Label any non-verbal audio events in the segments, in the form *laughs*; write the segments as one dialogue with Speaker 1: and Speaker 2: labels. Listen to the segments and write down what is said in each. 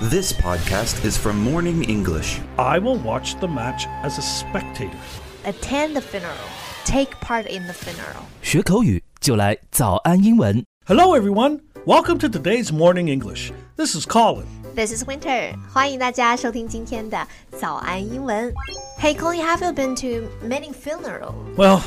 Speaker 1: This podcast is from Morning English.
Speaker 2: I will watch the match as a spectator.
Speaker 3: attend the funeral, take part in the funeral.
Speaker 4: 学口语就来早安英文。
Speaker 2: Hello, everyone. Welcome to today's Morning English. This is Colin.
Speaker 3: This is Winter. 欢迎大家收听今天的早安英文。Hey, Colin, have you been to many funerals?
Speaker 2: Well,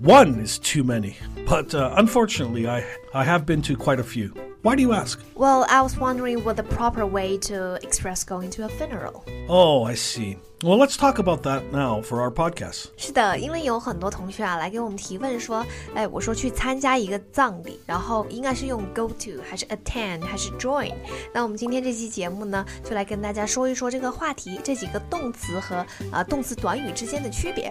Speaker 2: one is too many, but uh, unfortunately, I, I have been to quite a few. Why do you ask?
Speaker 3: Well, I was wondering what the proper way to express going to a funeral.
Speaker 2: Oh, I see. Well, let's talk about that now for our podcast.
Speaker 3: 是的，因为有很多同学啊来给我们提问说，哎，我说去参加一个葬礼，然后应该是用 go to 还是 attend 还是 join？那我们今天这期节目呢，就来跟大家说一说这个话题，这几个动词和啊、呃动词短语之间的区别。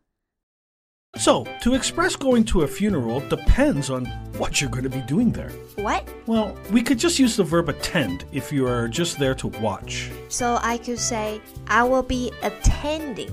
Speaker 2: So, to express going to a funeral depends on what you're going to be doing there.
Speaker 3: What?
Speaker 2: Well, we could just use the verb attend if you are just there to watch.
Speaker 3: So I could say, I will be attending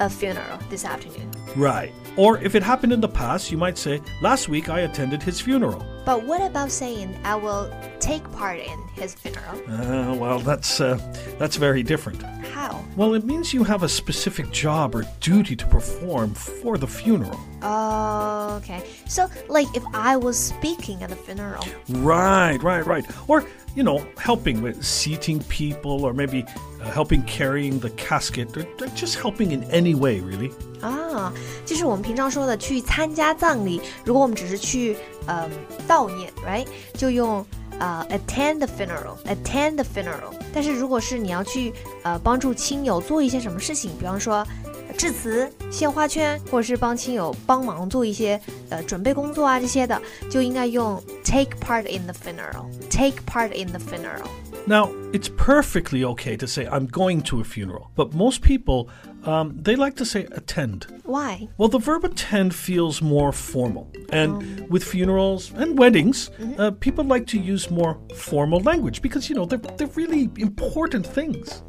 Speaker 3: a funeral this afternoon.
Speaker 2: Right. Or if it happened in the past, you might say, Last week I attended his funeral.
Speaker 3: But what about saying, I will take part in his funeral?
Speaker 2: Uh, well, that's, uh, that's very different.
Speaker 3: How?
Speaker 2: Well, it means you have a specific job or duty to perform for the funeral.
Speaker 3: Oh, okay. So, like if I was speaking at the funeral.
Speaker 2: Right, right, right. Or, you know, helping with seating people or maybe uh, helping carrying the casket or, or just helping in any way, really.
Speaker 3: 啊，就是我们平常说的去参加葬礼。如果我们只是去嗯悼念，right，就用呃 attend the funeral，attend the funeral。但是如果是你要去呃帮助亲友做一些什么事情，比方说呃致辞、献花圈，或者是帮亲友帮忙做一些呃准备工作啊这些的，就应该用 take part in the funeral，take part in the funeral。
Speaker 2: Now, it's perfectly okay to say, I'm going to a funeral, but most people, um, they like to say attend.
Speaker 3: Why？
Speaker 2: Well, the verb attend feels more formal. And with funerals and weddings, uh, people like to use more formal language because, you know, they're, they're really important things.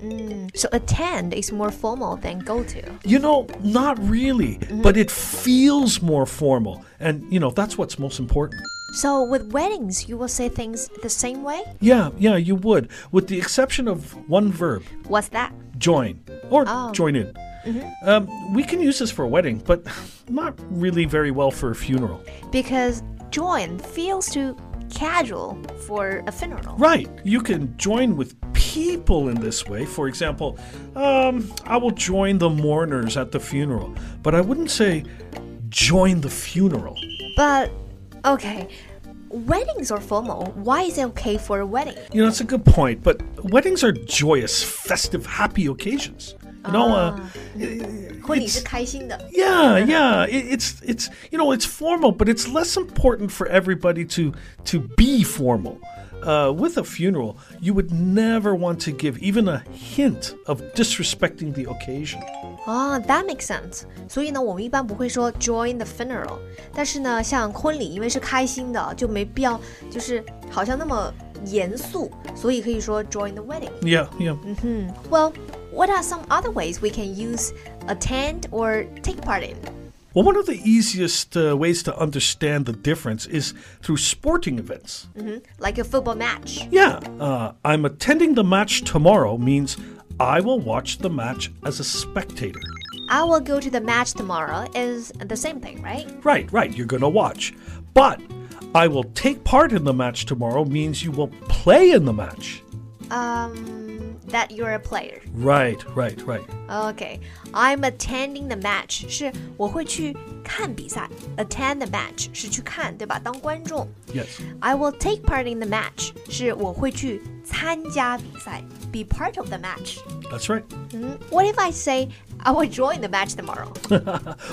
Speaker 3: So attend is more formal than go to.
Speaker 2: You know, not really, but it feels more formal. And, you know, that's what's most important.
Speaker 3: So with weddings, you will say things the same way.
Speaker 2: Yeah, yeah, you would, with the exception of one verb,
Speaker 3: What's that?
Speaker 2: join, or
Speaker 3: Oh.
Speaker 2: join in. Um, we can use this for a wedding, but *laughs* not really very well for a funeral.
Speaker 3: Because join feels too casual for a funeral.
Speaker 2: Right. You can join with people in this way. For example, um, I will join the mourners at the funeral, but I wouldn't say join the funeral.
Speaker 3: But okay, weddings are formal. Why is it okay for a wedding?
Speaker 2: You know, it's a good point, but weddings are joyous, festive, happy occasions. You know, uh, it's,
Speaker 3: 婚礼是开心的。
Speaker 2: yeah, yeah, it, it's it's you know it's formal, but it's less important for everybody to to be formal. Uh, with a funeral, you would never want to give even a hint of disrespecting the occasion.
Speaker 3: 啊、t h a t Ah, makes sense。所以呢，我们一般不会说 join the funeral，但是呢，像婚礼，因为是开心的，就没必要就是好像那么严肃，所以可以说 join the wedding。
Speaker 2: Yeah, yeah.
Speaker 3: Well, what are some other ways we can use attend or take part in?
Speaker 2: Well, one of the easiest uh, ways to understand the difference is through sporting events.
Speaker 3: Like a football match.
Speaker 2: Yeah, uh, I'm attending the match tomorrow means I will watch the match as a spectator.
Speaker 3: I will go to the match tomorrow is the same thing, right?
Speaker 2: Right, right, you're gonna watch. But I will take part in the match tomorrow means you will play in the match.
Speaker 3: Um, that you're a player.
Speaker 2: Right, right, right.
Speaker 3: Okay, I'm attending the match 是我会去看比赛，attend the match 是去看，对吧？当观众。
Speaker 2: Yes.
Speaker 3: I will take part in the match 是我会去参加比赛，be part of the match。
Speaker 2: That's right.
Speaker 3: 嗯，What if I say I will join the match tomorrow？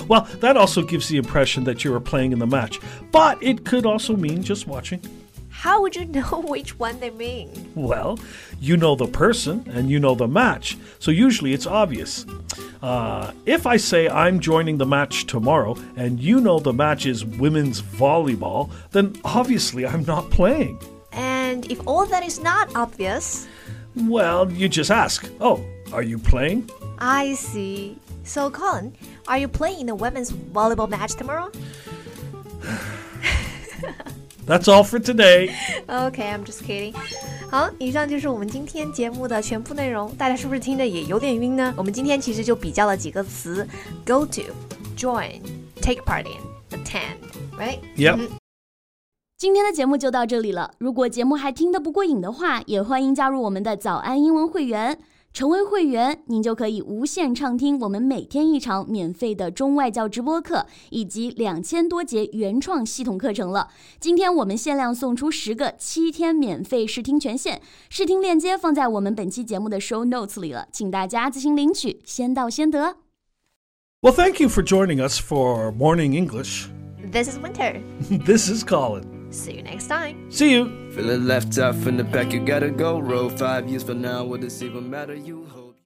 Speaker 2: Well, that also gives the impression that you are playing in the match, but it could also mean just watching.
Speaker 3: How would you *laughs* know which one they mean?
Speaker 2: Well, you know the person and you know the match, so usually it's obvious. Uh, if I say I'm joining the match tomorrow and you know the match is women's volleyball, then obviously I'm not playing.
Speaker 3: And if all that is not obvious,
Speaker 2: Well, you just ask, Oh, are you playing?
Speaker 3: I see. So, Colin, are you playing in the women's volleyball match tomorrow? *laughs*
Speaker 2: That's all for today.
Speaker 3: OK, I'm just kidding. 好，以上就是我们今天节目的全部内容。大家是不是听着也有点晕呢？我们今天其实就比较了几个词：go to、join、take part in、attend。Right?
Speaker 2: Yep.
Speaker 5: 今天的节目就到这里了。如果节目还听得不过瘾的话，也欢迎加入我们的早安英文会员。成为会员，您就可以无限畅听我们每天一场免费的中外教直播课，以及两千多节原创系统课程了。今天我们限量送出十个七天免费试听权限，试听链接放在我们本期节目的 show notes 里了，请大家自行领取，先到先得。
Speaker 2: Well, thank you for joining us for Morning English. *laughs*
Speaker 3: This is Winter.
Speaker 2: this is Colin.
Speaker 3: See you next time.
Speaker 2: See you.
Speaker 6: Feeling left out from the back, you gotta go. Roll five years from now, will this even matter? You hope.